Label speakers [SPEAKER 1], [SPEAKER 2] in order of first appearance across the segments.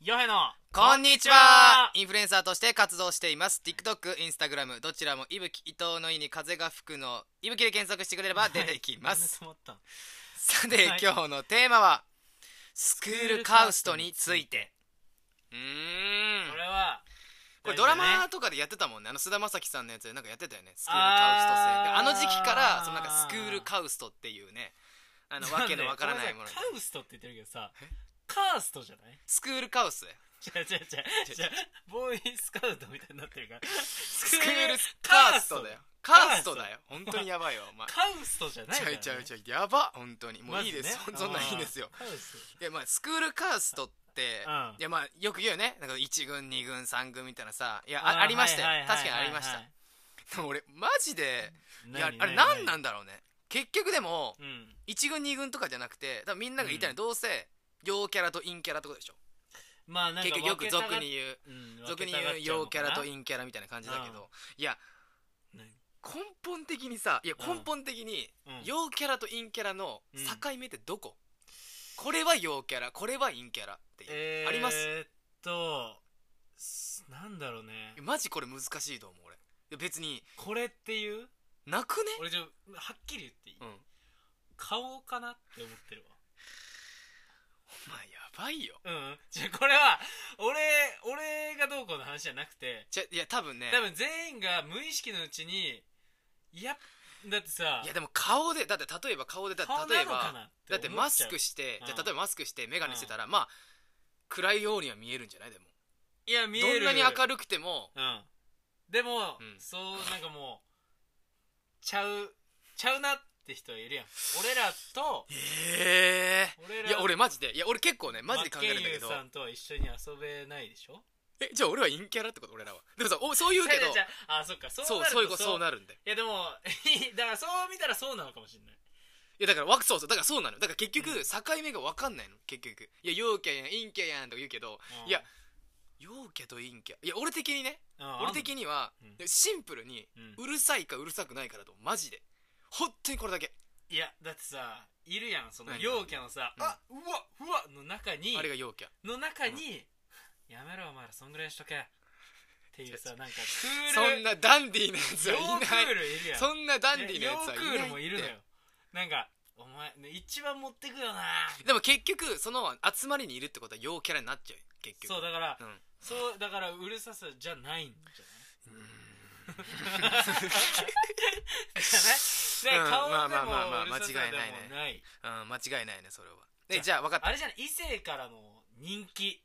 [SPEAKER 1] ヨヘの
[SPEAKER 2] こんにちはインフルエンサーとして活動しています TikTok、Instagram どちらもいぶき伊藤の意に風が吹くのいぶきで検索してくれれば出てきます、
[SPEAKER 1] はいなんで止まっ
[SPEAKER 2] さて、
[SPEAKER 1] はい
[SPEAKER 2] 今日のテーマはスクールカウストについてうー
[SPEAKER 1] たこ
[SPEAKER 2] ん
[SPEAKER 1] れは
[SPEAKER 2] これドラマ
[SPEAKER 1] ー
[SPEAKER 2] とかでやってたもんねあの菅田将暉さんのやつでなんかやってたよねスクールカウスト制で
[SPEAKER 1] あー
[SPEAKER 2] あの時期からそのなんかスクールカウストっていうねあのわけのわからないもの
[SPEAKER 1] カウストって言ってるけどさカーストじゃない
[SPEAKER 2] スクールカウス
[SPEAKER 1] 違う違う違う違うボーイスカウトみたいになってるからス
[SPEAKER 2] スクールカーストだよカ
[SPEAKER 1] カ
[SPEAKER 2] ー
[SPEAKER 1] ー
[SPEAKER 2] ス
[SPEAKER 1] ス
[SPEAKER 2] ト
[SPEAKER 1] ト
[SPEAKER 2] だよ本当にやばいわお前
[SPEAKER 1] カウストじゃない
[SPEAKER 2] ち
[SPEAKER 1] か
[SPEAKER 2] ゃ
[SPEAKER 1] ら、
[SPEAKER 2] い
[SPEAKER 1] ね、
[SPEAKER 2] ちゃいちゃいやば本当にもういいです、
[SPEAKER 1] まずね
[SPEAKER 2] そそんなん いいですよ
[SPEAKER 1] あーカウスト
[SPEAKER 2] いやまあスクールカーストって
[SPEAKER 1] うん
[SPEAKER 2] いやまあよく言うよねなんか1軍2軍3軍みたいなさいや
[SPEAKER 1] ー
[SPEAKER 2] あありましたよ
[SPEAKER 1] はいはいはい
[SPEAKER 2] 確かにありましたでも俺マジでいや
[SPEAKER 1] 何
[SPEAKER 2] あれ何
[SPEAKER 1] 何
[SPEAKER 2] なんだろうね結局でも
[SPEAKER 1] うん
[SPEAKER 2] 1軍2軍とかじゃなくて多分みんなが言いたいのはどうせ陽キャラと陰キャラってことでしょ
[SPEAKER 1] まあなんか
[SPEAKER 2] 結局よく俗に言う
[SPEAKER 1] うん
[SPEAKER 2] 俗に言う陽キャラと
[SPEAKER 1] い
[SPEAKER 2] 陰キャラみたいな感じだけど、
[SPEAKER 1] うん
[SPEAKER 2] いや根本的にさいや
[SPEAKER 1] うん
[SPEAKER 2] 根本的に
[SPEAKER 1] うん
[SPEAKER 2] 陽キャラと陰キャラの境目ってどこ、これは陽キャラこれは陰キャラっていう、
[SPEAKER 1] えー、
[SPEAKER 2] あります
[SPEAKER 1] えーっとすなんだろうね
[SPEAKER 2] マジこれ難しいと思う俺いや別に
[SPEAKER 1] これっていう
[SPEAKER 2] なくね
[SPEAKER 1] 俺じゃはっきり言っていい、
[SPEAKER 2] うんお
[SPEAKER 1] 顔かなって思ってるわ
[SPEAKER 2] 前やばいよ
[SPEAKER 1] うんうんじゃあこれは俺俺がどうこうの話じゃなくて
[SPEAKER 2] じゃいや多分ね
[SPEAKER 1] 多分全員が無意識のうちにいやだってさ
[SPEAKER 2] いやでも顔でだって例えば顔でだって例えば
[SPEAKER 1] って
[SPEAKER 2] だってマスクして、
[SPEAKER 1] うん
[SPEAKER 2] じゃあ例えばマスクして眼鏡してたら、まあ暗いようには見えるんじゃないでも
[SPEAKER 1] いや見え
[SPEAKER 2] ど
[SPEAKER 1] る
[SPEAKER 2] んなに明るくても
[SPEAKER 1] うんでも、
[SPEAKER 2] うん
[SPEAKER 1] そうなんかもうちゃうちゃうなって人いるやん俺らと
[SPEAKER 2] え
[SPEAKER 1] 俺
[SPEAKER 2] え
[SPEAKER 1] ら
[SPEAKER 2] いや俺マジでいや俺結構ねマジで考えるんだけど
[SPEAKER 1] 真剣佑さんとは一緒に遊べないでしょ
[SPEAKER 2] えじゃあ俺は陰キャラってこと俺らはでもさおそう言うけど
[SPEAKER 1] じゃあじゃああそっかそう
[SPEAKER 2] そう
[SPEAKER 1] なると
[SPEAKER 2] そういうことそうなるんだよ
[SPEAKER 1] いやでも だからそう見たらそうなのかもしれない
[SPEAKER 2] いやだからわそうそうだからそうなのだから結局、
[SPEAKER 1] うん
[SPEAKER 2] 境目が分かんないの結局いや陽キャやん陰キャやんとか言うけど
[SPEAKER 1] うん
[SPEAKER 2] いや陽キャと陰キャいや俺的にね
[SPEAKER 1] うん
[SPEAKER 2] 俺的には
[SPEAKER 1] うん
[SPEAKER 2] でシンプルに
[SPEAKER 1] うん
[SPEAKER 2] うるさいかうるさくないかだと思うマジで本当にこれだけ
[SPEAKER 1] いやだってさいるやんその
[SPEAKER 2] 何
[SPEAKER 1] 陽キャのさ「
[SPEAKER 2] うん
[SPEAKER 1] あうわうわ」の中に
[SPEAKER 2] あれが陽キャ
[SPEAKER 1] の中に「やめろお前らそんぐらいにしとけ」っていうさなんかク
[SPEAKER 2] そ
[SPEAKER 1] ー
[SPEAKER 2] ん
[SPEAKER 1] ル
[SPEAKER 2] なダンディーなやつはい
[SPEAKER 1] 陽ク
[SPEAKER 2] な
[SPEAKER 1] ー
[SPEAKER 2] い
[SPEAKER 1] ルいるやん
[SPEAKER 2] そんなダンデ
[SPEAKER 1] ね
[SPEAKER 2] ィーなやつはいないって
[SPEAKER 1] ヨークールもいるのよなんかお前ね一番持ってくよな
[SPEAKER 2] でも結局その集まりにいるってことは陽キャラになっちゃうよ結局
[SPEAKER 1] そうだから、
[SPEAKER 2] うん
[SPEAKER 1] そうだからうるささじゃないんじゃないじゃな
[SPEAKER 2] う
[SPEAKER 1] い、
[SPEAKER 2] ん
[SPEAKER 1] ね、顔
[SPEAKER 2] まあ
[SPEAKER 1] で
[SPEAKER 2] まあ
[SPEAKER 1] も
[SPEAKER 2] まあまあ
[SPEAKER 1] うるささでも
[SPEAKER 2] 間違いないね
[SPEAKER 1] ない
[SPEAKER 2] うん間違いないねそれはでじゃあ分かった
[SPEAKER 1] あれじゃない異性からの人気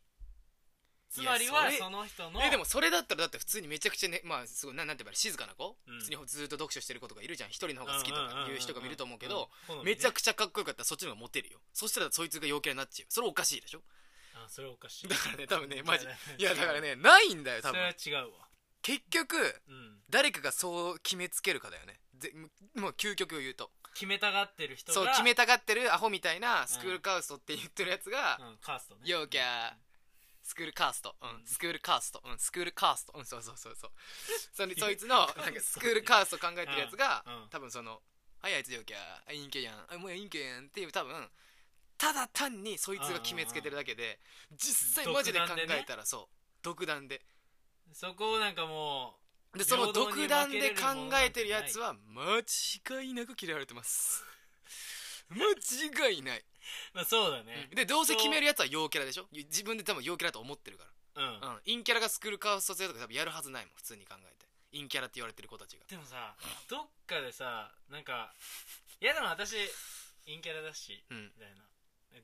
[SPEAKER 1] つまり
[SPEAKER 2] いや
[SPEAKER 1] は
[SPEAKER 2] それ
[SPEAKER 1] その人の
[SPEAKER 2] えでもそれだったらだって普通にめちゃくちゃねまあすごいななんて言えばいい静かな子、
[SPEAKER 1] うん
[SPEAKER 2] 普通にずっと読書してる子とかいるじゃん一人の方が好きと
[SPEAKER 1] んんん
[SPEAKER 2] か
[SPEAKER 1] んん
[SPEAKER 2] いう人がいると思うけど、
[SPEAKER 1] 好みね
[SPEAKER 2] めちゃくちゃかっこよかったらそっちの方がモテるよそしたらそいつが陽キャになっちゃうそれおかしいでしょ
[SPEAKER 1] あそれはおかしい
[SPEAKER 2] だからね多分ね マジい
[SPEAKER 1] い
[SPEAKER 2] やだからね
[SPEAKER 1] ね
[SPEAKER 2] ないんだよ多
[SPEAKER 1] そ
[SPEAKER 2] 分
[SPEAKER 1] れは違うわ
[SPEAKER 2] 結局
[SPEAKER 1] うん
[SPEAKER 2] 誰かがそう決めつけるかだよねぜもう究極を言うと
[SPEAKER 1] 決めたがってる人が
[SPEAKER 2] そう決めたがってるアホみたいなスクールカーストって言ってるやつが、
[SPEAKER 1] うんカーストね
[SPEAKER 2] 陽キャスクールカースト、うん、スクールカースト、うん、スクールカースト、うん、そうそうそうそう それそいつのなんかスクールカースト考えてるやつが、
[SPEAKER 1] うんうん
[SPEAKER 2] 多分その「はいあいつ陽キャあ陰キャやんあもう陰キャやん」っていう多分ただ単にそいつが決めつけてるだけで、実際マジで考
[SPEAKER 1] 独断で
[SPEAKER 2] え
[SPEAKER 1] ね
[SPEAKER 2] たらそう独断で
[SPEAKER 1] そこをなんかも
[SPEAKER 2] でその
[SPEAKER 1] 平等に
[SPEAKER 2] 独断で考
[SPEAKER 1] 分けれるもの
[SPEAKER 2] えてるやつは間違いなく嫌われてます 間違いない、
[SPEAKER 1] う、まあ、そうだね
[SPEAKER 2] でどうせ決めるやつは陽キャラでしょ自分で多分陽キャラと思ってるから
[SPEAKER 1] うん、
[SPEAKER 2] うん、陰キャラがスクールカースト制とか多分やるはずないもん普通に考えて陰キャラって言われてる子たちが
[SPEAKER 1] でもさどっかでさなんかいやでも私陰キャラだし
[SPEAKER 2] うん
[SPEAKER 1] みたいな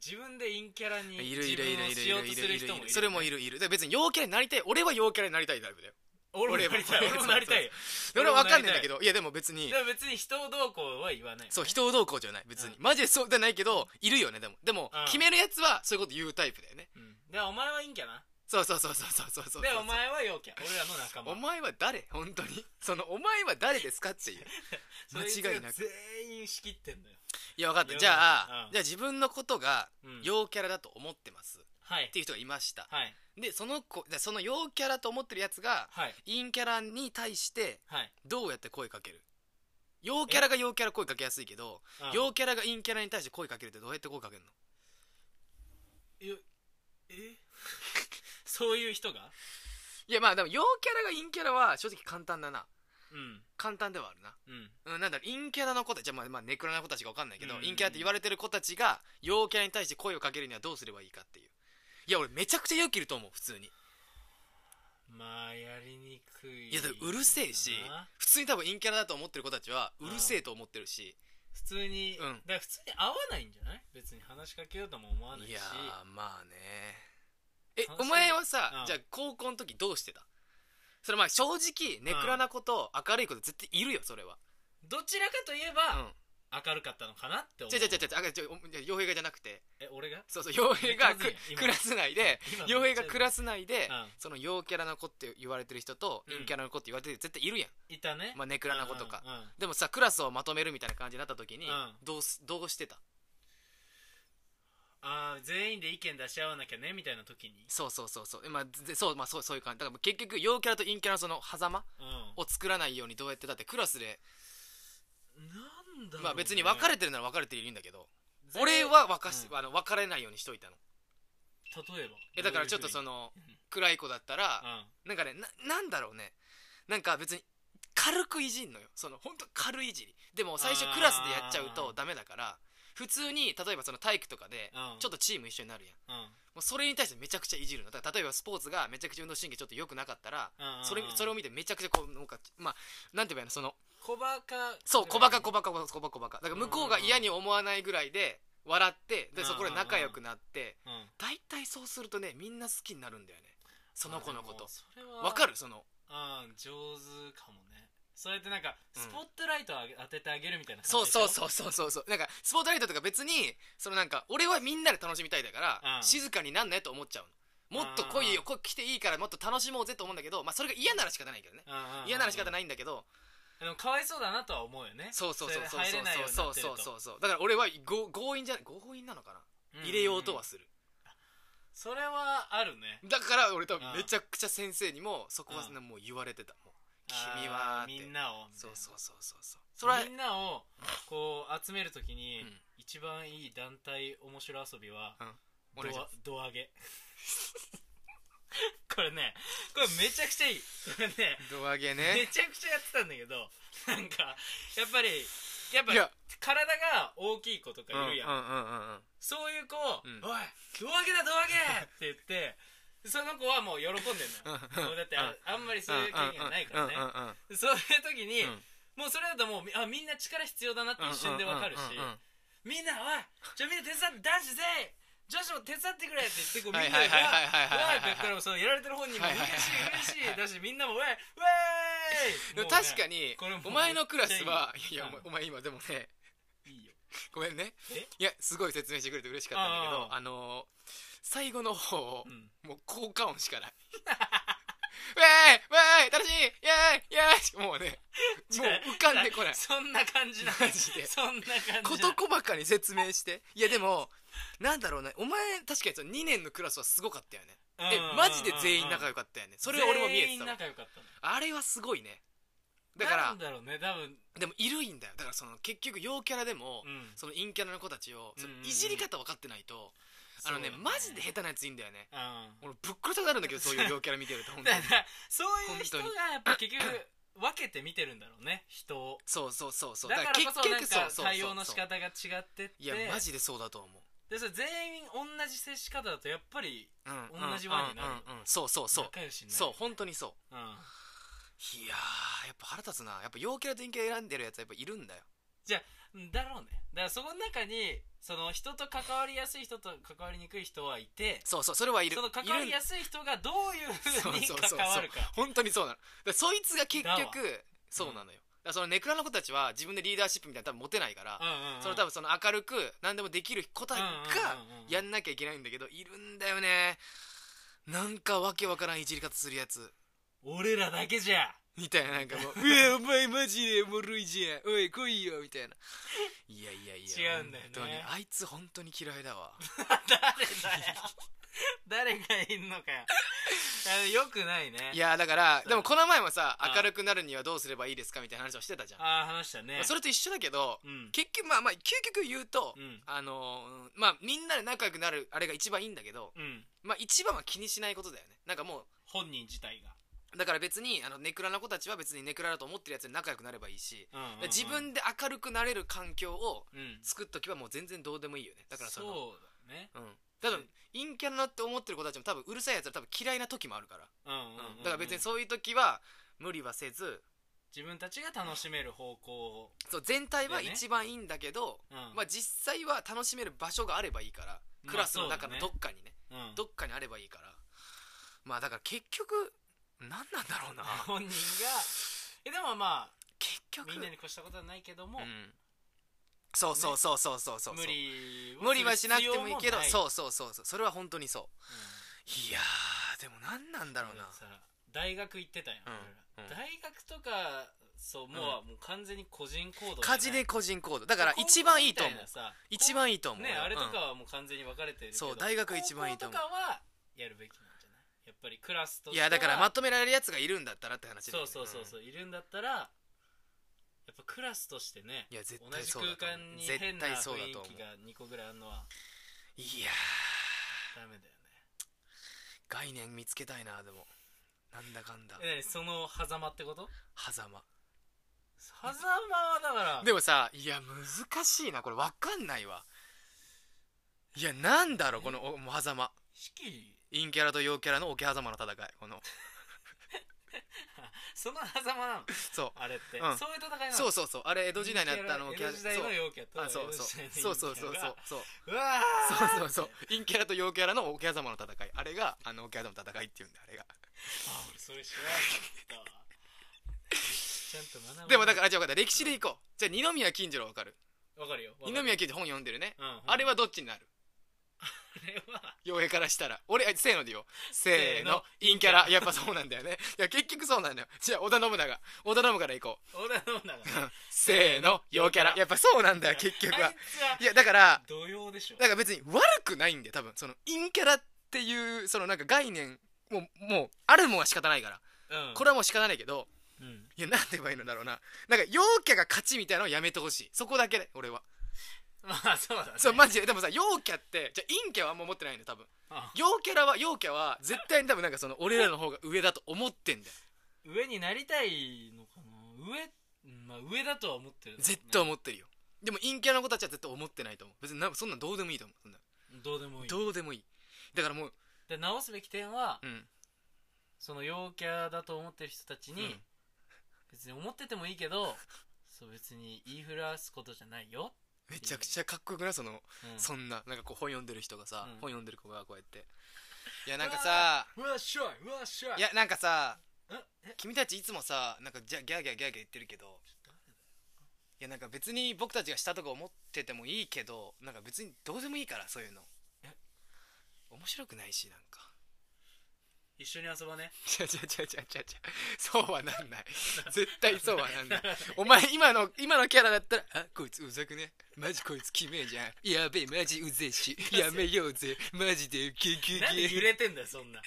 [SPEAKER 1] 自分で陰キャラに
[SPEAKER 2] いるい
[SPEAKER 1] 自
[SPEAKER 2] るいる
[SPEAKER 1] 分を
[SPEAKER 2] いる
[SPEAKER 1] し
[SPEAKER 2] い
[SPEAKER 1] よう
[SPEAKER 2] る
[SPEAKER 1] と
[SPEAKER 2] い
[SPEAKER 1] す
[SPEAKER 2] る
[SPEAKER 1] る
[SPEAKER 2] いる
[SPEAKER 1] 人もいる
[SPEAKER 2] それもい
[SPEAKER 1] る
[SPEAKER 2] るいるで別に陽キャラになりたい俺は陽キャラになりたいタイプだよ
[SPEAKER 1] 俺もなりたい
[SPEAKER 2] 俺も
[SPEAKER 1] 俺もなりたいよ
[SPEAKER 2] で俺は分かんないんだけ
[SPEAKER 1] ど
[SPEAKER 2] どいやでも別に
[SPEAKER 1] でも別に人をどうこうは言わない
[SPEAKER 2] そう人をどうこうじゃない別に、マジでそうじゃないけどいるよねでもでも、
[SPEAKER 1] うん
[SPEAKER 2] 決めるやつはそういうこと言うタイプだよね
[SPEAKER 1] うんでお前は陰キャな
[SPEAKER 2] そうそうそうそうそうそうそう
[SPEAKER 1] でお前は陽キャ俺らの仲間
[SPEAKER 2] お前は誰本当にそのお前は誰ですか っていう
[SPEAKER 1] そいつが
[SPEAKER 2] 間違いなく
[SPEAKER 1] 全員仕切ってんだよ
[SPEAKER 2] いや分かった
[SPEAKER 1] いや
[SPEAKER 2] じゃあ、
[SPEAKER 1] うん
[SPEAKER 2] じゃあ自分のことが
[SPEAKER 1] うん
[SPEAKER 2] 陽キャラだと思ってます、
[SPEAKER 1] は
[SPEAKER 2] っ
[SPEAKER 1] い
[SPEAKER 2] ていう人がいました、
[SPEAKER 1] はい
[SPEAKER 2] でその子でその陽キャラと思ってるやつが
[SPEAKER 1] はい
[SPEAKER 2] 陰キャラに対して
[SPEAKER 1] はい
[SPEAKER 2] どうやって声かける陽キャラが陽キャラ声かけやすいけど
[SPEAKER 1] うん
[SPEAKER 2] 陽キャラが陰キャラに対して声かけるってどうやって声かけるの
[SPEAKER 1] よえ そういう人が
[SPEAKER 2] いやまあでも陽キャラが陰キャラは正直簡単だな
[SPEAKER 1] うん
[SPEAKER 2] 簡単ではあるな
[SPEAKER 1] うん
[SPEAKER 2] うん、なんだろう陰キャラの子たちじゃあまあ、まあ、ネクラな子たちが分かんないけど、
[SPEAKER 1] うん
[SPEAKER 2] 陰キャラって言われてる子たちが陽キャラに対して声をかけるにはどうすればいいかっていういや俺めちゃくちゃ陽気いると思う普通に
[SPEAKER 1] まあやりにくい
[SPEAKER 2] いやだからうるせえし
[SPEAKER 1] な
[SPEAKER 2] 普通に多分陰キャラだと思ってる子たちは
[SPEAKER 1] う
[SPEAKER 2] うんるせえと思ってるし
[SPEAKER 1] 普通に、
[SPEAKER 2] うん
[SPEAKER 1] だから普通に合わないんじゃない別に話しかけようとも思わないし
[SPEAKER 2] いやーまあねえ
[SPEAKER 1] 楽
[SPEAKER 2] お
[SPEAKER 1] しみ
[SPEAKER 2] 前はさ、
[SPEAKER 1] うん
[SPEAKER 2] じゃあ高校の時どうしてたそれまあ正直ネクラな子と明るい子と絶対いるよそれは
[SPEAKER 1] どちらかといえ
[SPEAKER 2] う
[SPEAKER 1] ば、
[SPEAKER 2] ん
[SPEAKER 1] 明るかったのかなって思う
[SPEAKER 2] 違う違う違う違うあ違うおいや陽平がじゃなくて
[SPEAKER 1] え俺が
[SPEAKER 2] そうそう陽平が
[SPEAKER 1] めっちゃまずい
[SPEAKER 2] くク
[SPEAKER 1] やん今
[SPEAKER 2] ラス内で
[SPEAKER 1] 今
[SPEAKER 2] 洋平が
[SPEAKER 1] めっちゃ
[SPEAKER 2] クラス内で、
[SPEAKER 1] うん
[SPEAKER 2] その陽キャラな子って言われてる人と
[SPEAKER 1] うん
[SPEAKER 2] 陰キャラな子って言われてる絶対いるやん、
[SPEAKER 1] いたね、
[SPEAKER 2] まあ、ネクラな子とか、
[SPEAKER 1] うんうんうん
[SPEAKER 2] でもさクラスをまとめるみたいな感じになった時に、
[SPEAKER 1] うん
[SPEAKER 2] どうすどうしてた
[SPEAKER 1] あー全員で意見出し合わなきゃねみたいな時に
[SPEAKER 2] そうそうそうそう,、まあぜそうまあ、そうそういう感じだからもう結局陽キャラと陰キャラのその狭間
[SPEAKER 1] うん
[SPEAKER 2] を作らないようにどうやってだってクラスで、
[SPEAKER 1] なんだろうね、
[SPEAKER 2] まあ、別に分かれてるなら分かれていいんだけど
[SPEAKER 1] 全
[SPEAKER 2] 俺は分かし、
[SPEAKER 1] う
[SPEAKER 2] あの分かれないようにしといたの
[SPEAKER 1] 例えば
[SPEAKER 2] えだからちょっとそ
[SPEAKER 1] の
[SPEAKER 2] の
[SPEAKER 1] うん
[SPEAKER 2] 暗い子だったら
[SPEAKER 1] う、ん
[SPEAKER 2] なんかねななんだろうねなんか別に軽くいじんのよその本当軽いじりでも最初
[SPEAKER 1] あー
[SPEAKER 2] クラスでやっちゃうとダメだから普通に例えばその体育とかで
[SPEAKER 1] うん
[SPEAKER 2] ちょっとチーム一緒になるやん
[SPEAKER 1] うん
[SPEAKER 2] もうそれに対してめちゃくちゃいじるのだから例えばスポーツがめちゃくちゃ運動神経ちょっと良くなかったら
[SPEAKER 1] うんうんうん
[SPEAKER 2] それそれを見てめちゃくちゃこうなんかまあなんて言えばいいのその
[SPEAKER 1] 小バカ
[SPEAKER 2] そう小バカ小バカ小バカ小バカ小バカだから向こうが嫌に思わないぐらいで笑ってでそこで仲良くなって
[SPEAKER 1] うん
[SPEAKER 2] 大体そうするとねみんな好きになるんだよねその子のこ
[SPEAKER 1] あで
[SPEAKER 2] と
[SPEAKER 1] もそれは
[SPEAKER 2] わかるその
[SPEAKER 1] うん上手かもねそうやってなんか
[SPEAKER 2] うん
[SPEAKER 1] スポットライトをあげ当ててあげるみたいな
[SPEAKER 2] そうそう
[SPEAKER 1] う
[SPEAKER 2] そうそうそうそうなんかスポットライトとか別にそのなんか俺はみんなで楽しみたいだから、
[SPEAKER 1] うん
[SPEAKER 2] 静かになんないと思っちゃうのもっと来いよ来来ていいからもっと楽しもうぜと思うんだけど、まあ、それが嫌なら仕方ないけどね嫌なら仕方
[SPEAKER 1] い
[SPEAKER 2] ないんだけど
[SPEAKER 1] でもかわいそうだなとは思うよね
[SPEAKER 2] そうそうそうそう
[SPEAKER 1] れで入れないようにな
[SPEAKER 2] そ
[SPEAKER 1] っ
[SPEAKER 2] う
[SPEAKER 1] てる
[SPEAKER 2] そ
[SPEAKER 1] と
[SPEAKER 2] うそうそうだから俺はご強引じゃない強引なのか
[SPEAKER 1] うん
[SPEAKER 2] な入れようとはする
[SPEAKER 1] それはあるね
[SPEAKER 2] だから俺多分
[SPEAKER 1] うん
[SPEAKER 2] めちゃくちゃ先生にもそこは
[SPEAKER 1] う
[SPEAKER 2] もう言われてたもう
[SPEAKER 1] あー
[SPEAKER 2] 君はーって
[SPEAKER 1] みんなをみた
[SPEAKER 2] そ
[SPEAKER 1] いな
[SPEAKER 2] うそうそうそうそうそれは
[SPEAKER 1] みんなをこう集めるときに、
[SPEAKER 2] うん
[SPEAKER 1] 一番いい団体面白遊びは、
[SPEAKER 2] お願
[SPEAKER 1] ド
[SPEAKER 2] いしま
[SPEAKER 1] ア
[SPEAKER 2] す
[SPEAKER 1] 胴上げ これねこれめちゃくちゃいいこれね
[SPEAKER 2] 胴上げ
[SPEAKER 1] め
[SPEAKER 2] ね
[SPEAKER 1] ちゃくちゃやってたんだけどなんかやっぱりや っ
[SPEAKER 2] いや
[SPEAKER 1] ぱ体が大きい子とか
[SPEAKER 2] うんうんうん
[SPEAKER 1] いるやん、
[SPEAKER 2] うんうん
[SPEAKER 1] そういう子
[SPEAKER 2] うん
[SPEAKER 1] おい胴上げだ胴上げ!」って言ってその子はもう喜んでんのよ
[SPEAKER 2] うん
[SPEAKER 1] もうだってああんまりそういう経験がないからね
[SPEAKER 2] うんうんうんうん
[SPEAKER 1] そういう時に、
[SPEAKER 2] うん
[SPEAKER 1] もうそれだともうあみんな力必要だなって一瞬でわかるし、
[SPEAKER 2] うんうんうんうん
[SPEAKER 1] みんなおいじゃあみんな手伝って男子全員女子も手伝ってくれって言ってこうみんなが「
[SPEAKER 2] はいはい
[SPEAKER 1] わ
[SPEAKER 2] はいはいはいはいはい
[SPEAKER 1] い」って言ったらそのやられてる本人も
[SPEAKER 2] はい
[SPEAKER 1] 嬉
[SPEAKER 2] はいはい
[SPEAKER 1] しい嬉しいだしみんなも「わいわーい!」
[SPEAKER 2] でも
[SPEAKER 1] もうね
[SPEAKER 2] 確かに
[SPEAKER 1] これもう
[SPEAKER 2] お前のクラスは
[SPEAKER 1] めっちゃいい
[SPEAKER 2] いやお前お前今でもね
[SPEAKER 1] いいよ
[SPEAKER 2] ごめんね
[SPEAKER 1] え
[SPEAKER 2] いやすごい説明してくれて嬉しかったんだけ
[SPEAKER 1] あ
[SPEAKER 2] ど
[SPEAKER 1] あ
[SPEAKER 2] あのー最後の方
[SPEAKER 1] うん
[SPEAKER 2] もう効果音し かないウェーイウェーイ楽しいイェーイイェーイもうねもう浮かんでこない
[SPEAKER 1] そんな感じな
[SPEAKER 2] マジで
[SPEAKER 1] そんな感じな
[SPEAKER 2] 事細かに説明していやでもなんだろうねお前確かにその2年のクラスはすごかったよねえマジで全員仲良かったよねそれは俺も見え
[SPEAKER 1] 全
[SPEAKER 2] て
[SPEAKER 1] 員
[SPEAKER 2] たわ
[SPEAKER 1] 仲良かったの
[SPEAKER 2] あれはすごいねだか
[SPEAKER 1] な
[SPEAKER 2] ら
[SPEAKER 1] んだろうね多分
[SPEAKER 2] でもいるんだよだからその結局陽キャラでも、
[SPEAKER 1] うん
[SPEAKER 2] その陰キャラの子たちをその
[SPEAKER 1] うんうんうん
[SPEAKER 2] いじり方分かってないと、あのね
[SPEAKER 1] そうだね
[SPEAKER 2] マジで下手なやついいんだよね俺
[SPEAKER 1] うん
[SPEAKER 2] ぶっ殺したくなるんだけどそう いう陽キャラ見てると本当
[SPEAKER 1] だ
[SPEAKER 2] に
[SPEAKER 1] からそういう人がやっぱ結局分けて見てるんだろうね人を
[SPEAKER 2] そうそうそうそう
[SPEAKER 1] だからこそなん
[SPEAKER 2] 結局
[SPEAKER 1] か対応の仕方が違ってって
[SPEAKER 2] いやマジでそうだと思う
[SPEAKER 1] でそれ全員同じ接し方だとやっぱり
[SPEAKER 2] うん
[SPEAKER 1] 同じ輪になる
[SPEAKER 2] うんうんうんそうそうそう
[SPEAKER 1] 仲良しになる
[SPEAKER 2] そう本当にそう
[SPEAKER 1] うん、
[SPEAKER 2] いやーやっぱ腹立つなやっぱ陽キャラと陰キャラ選んでるやつはやっぱいるんだよ
[SPEAKER 1] だろうねだからそこの中にその人と関わりやすい人と関わりにくい人はいて
[SPEAKER 2] そうそうそれはいる
[SPEAKER 1] その関わりやすい人がどういうふ
[SPEAKER 2] そう
[SPEAKER 1] うに
[SPEAKER 2] そうそうそう
[SPEAKER 1] 関わるか
[SPEAKER 2] 本当にそうなのだからそいつが結
[SPEAKER 1] だわ
[SPEAKER 2] 局そうなのよ、だからそのネクラの子たちは自分でリーダーシップみたいなの多分持てないから、
[SPEAKER 1] うんうんうん
[SPEAKER 2] その多分その明るく何でもできる子たちが
[SPEAKER 1] うんうんうんうん
[SPEAKER 2] やんなきゃいけないんだけどいるんだよねなんかわけわからんいじり方するやつ
[SPEAKER 1] 俺らだけじゃ
[SPEAKER 2] みたいななんかもう「う えお前マジでおもろいじゃんおい来いよ」みたいないやいやいや
[SPEAKER 1] 違うんだよね
[SPEAKER 2] 本当にあいつ本当に嫌いだわ
[SPEAKER 1] 誰だよ誰がいんのかよあのよくないね
[SPEAKER 2] いやだからでもこの前もさ
[SPEAKER 1] うん
[SPEAKER 2] 明るくなるにはどうすればいいですかみたいな話をしてたじゃん、
[SPEAKER 1] ああ話したね
[SPEAKER 2] まあそれと一緒だけど
[SPEAKER 1] うん
[SPEAKER 2] 結局まあまあ究極言うと、
[SPEAKER 1] うん
[SPEAKER 2] あのーまあみんなで仲良くなるあれが一番いいんだけど、
[SPEAKER 1] うん
[SPEAKER 2] まあ一番は気にしないことだよねなんかも
[SPEAKER 1] 本人自体が、
[SPEAKER 2] うだから別にあのネクラな子たちは別にネクラだと思ってるやつに仲良くなればいいし、
[SPEAKER 1] うんうんうん
[SPEAKER 2] 自分で明るくなれる環境を
[SPEAKER 1] うん
[SPEAKER 2] 作っとけばもう全然どうでもいいよねだからその
[SPEAKER 1] そうだね
[SPEAKER 2] うん多分陰キャだなって思ってる子たちも多分うるさいやつは多分嫌いな時もあるから、
[SPEAKER 1] うんうんうんう
[SPEAKER 2] だ
[SPEAKER 1] ん
[SPEAKER 2] から別にそういう時は無理はせず
[SPEAKER 1] 自分たちが楽しめる方向を、
[SPEAKER 2] そう全体は
[SPEAKER 1] だよね
[SPEAKER 2] 一番いいんだけど
[SPEAKER 1] うん
[SPEAKER 2] まあ、実際は楽しめる場所があればいいからクラスの中の
[SPEAKER 1] まあ
[SPEAKER 2] ど
[SPEAKER 1] そうだ
[SPEAKER 2] っ
[SPEAKER 1] ね
[SPEAKER 2] かにね
[SPEAKER 1] うん
[SPEAKER 2] どっかにあればいいからまあだから結局何なんだろうな
[SPEAKER 1] 本人がえでもま
[SPEAKER 2] 結
[SPEAKER 1] あ
[SPEAKER 2] 局
[SPEAKER 1] みんなに越したことはないけども、
[SPEAKER 2] うんそうそうそうそうそうそうそう
[SPEAKER 1] 無理を
[SPEAKER 2] 無理はしなくてもいいけど
[SPEAKER 1] う、
[SPEAKER 2] そうそうそうそうそれは本当にそうういやーでも何なんだろうな
[SPEAKER 1] さ大学行ってたよ、
[SPEAKER 2] うん
[SPEAKER 1] 俺ら
[SPEAKER 2] うん
[SPEAKER 1] 大学とかそうもう,、もう完全に個人行動じゃな
[SPEAKER 2] 家
[SPEAKER 1] い
[SPEAKER 2] 事で個人行動だから一番いいと思う
[SPEAKER 1] 高校みたなさ
[SPEAKER 2] 一番いいと思う
[SPEAKER 1] ねあれとか
[SPEAKER 2] うん
[SPEAKER 1] はもう完全に分かれてるけど、
[SPEAKER 2] そう大学一番いいと思う
[SPEAKER 1] 高校とかはやるべきなんじゃないやっぱりクラスと
[SPEAKER 2] い
[SPEAKER 1] して
[SPEAKER 2] や
[SPEAKER 1] は
[SPEAKER 2] だからまとめられるやつがいるんだったらって話だ
[SPEAKER 1] そ
[SPEAKER 2] よ
[SPEAKER 1] う
[SPEAKER 2] ね
[SPEAKER 1] そうそうそうう、いるんだったらやっぱクラスとしてね
[SPEAKER 2] んいや絶
[SPEAKER 1] 同
[SPEAKER 2] 対
[SPEAKER 1] じ
[SPEAKER 2] そうだと
[SPEAKER 1] 空
[SPEAKER 2] 思う
[SPEAKER 1] 間に
[SPEAKER 2] 絶
[SPEAKER 1] 変な
[SPEAKER 2] 対
[SPEAKER 1] 雰
[SPEAKER 2] そうだ
[SPEAKER 1] 囲
[SPEAKER 2] と思う
[SPEAKER 1] 気が2個ぐらいあるのはい
[SPEAKER 2] や
[SPEAKER 1] ダメだよね
[SPEAKER 2] ー概念見つけたいなでもなんだかんだ
[SPEAKER 1] え何その狭間ってこと
[SPEAKER 2] 狭間
[SPEAKER 1] 狭間はだから
[SPEAKER 2] でもさいや難しいなこれ分かんないわいやなんだろうこのおもう狭間
[SPEAKER 1] 式
[SPEAKER 2] 陰キャラと陽キャラの桶狭間の戦いこ の
[SPEAKER 1] その狭間なの
[SPEAKER 2] そう
[SPEAKER 1] あれって、
[SPEAKER 2] うん
[SPEAKER 1] そういう戦いなの
[SPEAKER 2] そうそうそうあれ江戸時代にあったあの
[SPEAKER 1] 江戸時代の
[SPEAKER 2] そう
[SPEAKER 1] 陽キャと
[SPEAKER 2] あそう
[SPEAKER 1] 江戸
[SPEAKER 2] そうそうそう
[SPEAKER 1] 時代の陰キャ
[SPEAKER 2] そうそう
[SPEAKER 1] が
[SPEAKER 2] そう
[SPEAKER 1] うわー
[SPEAKER 2] そうそうそう陰キャラと陽キャラの桶狭間の戦いあれがあの桶狭間の戦いっていうんだあれが
[SPEAKER 1] あ俺それ知らなかったわちゃんと学ぶ
[SPEAKER 2] でもだからあじゃあ分かった歴史でいこうじゃあ二宮金次郎分かる
[SPEAKER 1] わかるよわか
[SPEAKER 2] 二
[SPEAKER 1] る
[SPEAKER 2] 宮金次郎本読んでるね
[SPEAKER 1] うんうん
[SPEAKER 2] あれはどっちになる
[SPEAKER 1] あれは
[SPEAKER 2] 陽平からしたら俺あせーのでよせー
[SPEAKER 1] せー
[SPEAKER 2] の
[SPEAKER 1] の
[SPEAKER 2] 陰キャラやっぱそうなんだよねいや結局そうなんだよじゃあ織田信長織田信長からいこう
[SPEAKER 1] 織田信長
[SPEAKER 2] せーの陽キャラやっぱそうなんだよ結局
[SPEAKER 1] あ
[SPEAKER 2] はい
[SPEAKER 1] つはい
[SPEAKER 2] やだから
[SPEAKER 1] 土曜でしょ
[SPEAKER 2] だから別に悪くないんだよ多分その陰キャラっていうそのなんか概念もうもうあるもんは仕方ないから
[SPEAKER 1] うん
[SPEAKER 2] これはもう仕方ないけど
[SPEAKER 1] うん
[SPEAKER 2] いやなんて言えばいいのだろうななんか陽キャが勝ちみたいなのをやめてほしいそこだけね俺は
[SPEAKER 1] まあそうだね
[SPEAKER 2] そうマジででもさ陽キャってじゃあ陰キャはあんま持ってないんだよ多分
[SPEAKER 1] あ
[SPEAKER 2] 陽キャラは陽キャは絶対に多分なんかその俺らの方が上だと思ってんだよ
[SPEAKER 1] 上になりたいのかな上うんまあ上だとは思ってるだろうね
[SPEAKER 2] 絶対思ってるよでも陰キャラの子たちは絶対思ってないと思う別になそんなんどうでもいいと思うそんな
[SPEAKER 1] どうでもいい
[SPEAKER 2] どうでもいいだからもう
[SPEAKER 1] で直すべき点は
[SPEAKER 2] うん
[SPEAKER 1] その陽キャだと思ってる人たち
[SPEAKER 2] う
[SPEAKER 1] に
[SPEAKER 2] ん
[SPEAKER 1] 別に思っててもいいけどそう別に言いふらすことじゃないよ
[SPEAKER 2] めちゃくちゃかっこよくないその、
[SPEAKER 1] うん
[SPEAKER 2] そんななんかこう本読んでる人がさ、
[SPEAKER 1] うん
[SPEAKER 2] 本読んでる子がこうやっていやなんかさ
[SPEAKER 1] うわっしょいうわっしょい
[SPEAKER 2] いやなんかさ
[SPEAKER 1] ええ
[SPEAKER 2] 君たちいつもさなんかギャギャーギャーギャーギャー言ってるけどいやなんか別に僕たちがしたとか思っててもいいけどなんか別にどうでもいいからそういうの
[SPEAKER 1] え
[SPEAKER 2] 面白くないしなんか
[SPEAKER 1] 一緒に遊ば ね
[SPEAKER 2] ちゃちゃちゃちゃちゃちゃそうはなんない絶対そうはなんないお前今の今のキャラだったらあこいつうざくねマジこいつキメえじゃんやべえマジうぜえしやめようぜマジでキュキュ
[SPEAKER 1] なんで
[SPEAKER 2] キュ
[SPEAKER 1] 揺れてんだよそんな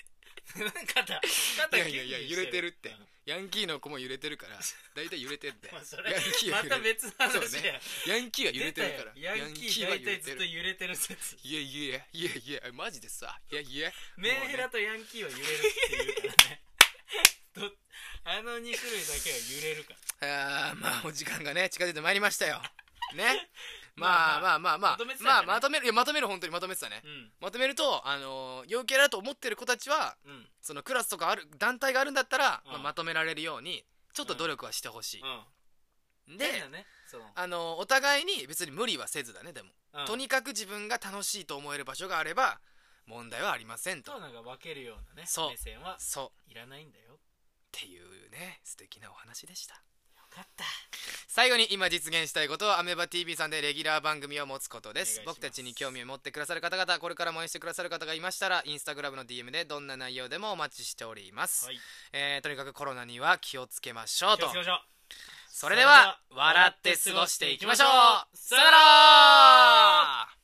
[SPEAKER 1] 肩
[SPEAKER 2] い
[SPEAKER 1] 肩
[SPEAKER 2] やいやいや
[SPEAKER 1] キュンキュンして
[SPEAKER 2] 揺れてるって
[SPEAKER 1] うん
[SPEAKER 2] ヤンキーの子も揺れてるから大体揺れてんだよ
[SPEAKER 1] まあそれ
[SPEAKER 2] ヤンキーは
[SPEAKER 1] ま
[SPEAKER 2] 揺
[SPEAKER 1] た
[SPEAKER 2] れ
[SPEAKER 1] 別の話
[SPEAKER 2] そう
[SPEAKER 1] や
[SPEAKER 2] ねヤンキーは揺れてるから
[SPEAKER 1] 出たよヤンキー
[SPEAKER 2] は
[SPEAKER 1] 大体ずっと揺れてる説
[SPEAKER 2] いやいやいやいやマジでさいやいや
[SPEAKER 1] メンヘラ
[SPEAKER 2] も
[SPEAKER 1] とヤンキーは揺れるっていうからね どあの2種類だけは揺れるか
[SPEAKER 2] うねあ
[SPEAKER 1] ら
[SPEAKER 2] ーまあお時間がね近づいてまいりました よねまあまあまあまあ
[SPEAKER 1] まとめてたんじゃ
[SPEAKER 2] ま
[SPEAKER 1] な
[SPEAKER 2] あ
[SPEAKER 1] い
[SPEAKER 2] まとめるいやまとめる本当にまとめてたね
[SPEAKER 1] うん
[SPEAKER 2] まとめるとあのー陽キャラだと思ってる子たちは
[SPEAKER 1] うんうん
[SPEAKER 2] そのクラスとかある団体があるんだったら
[SPEAKER 1] うん
[SPEAKER 2] まあまとめられるようにちょっと努力はしてほしいで
[SPEAKER 1] 変だねその
[SPEAKER 2] あのーお互いに別に無理はせずだねでも
[SPEAKER 1] うん
[SPEAKER 2] とにかく自分が楽しいと思える場所があれば問題はありませんと
[SPEAKER 1] となんか分けるようなね
[SPEAKER 2] そう
[SPEAKER 1] 目線は
[SPEAKER 2] そうっ
[SPEAKER 1] いらないんだよよ
[SPEAKER 2] ていうね素敵なお話でした
[SPEAKER 1] かった
[SPEAKER 2] 最後に今実現したいことはアメバ TV さんでレギュラー番組を持つことです
[SPEAKER 1] お願いしま
[SPEAKER 2] 僕
[SPEAKER 1] す
[SPEAKER 2] たちに興味を持ってくださる方々これからも応援してくださる方がいましたらインスタグラムの DM でどんな内容でもお待ちしております、
[SPEAKER 1] はい
[SPEAKER 2] えーとにかくコロナには気をつけましょう
[SPEAKER 1] 気
[SPEAKER 2] と
[SPEAKER 1] をつけましょう
[SPEAKER 2] それでは笑って過ごしていきましょうさよなら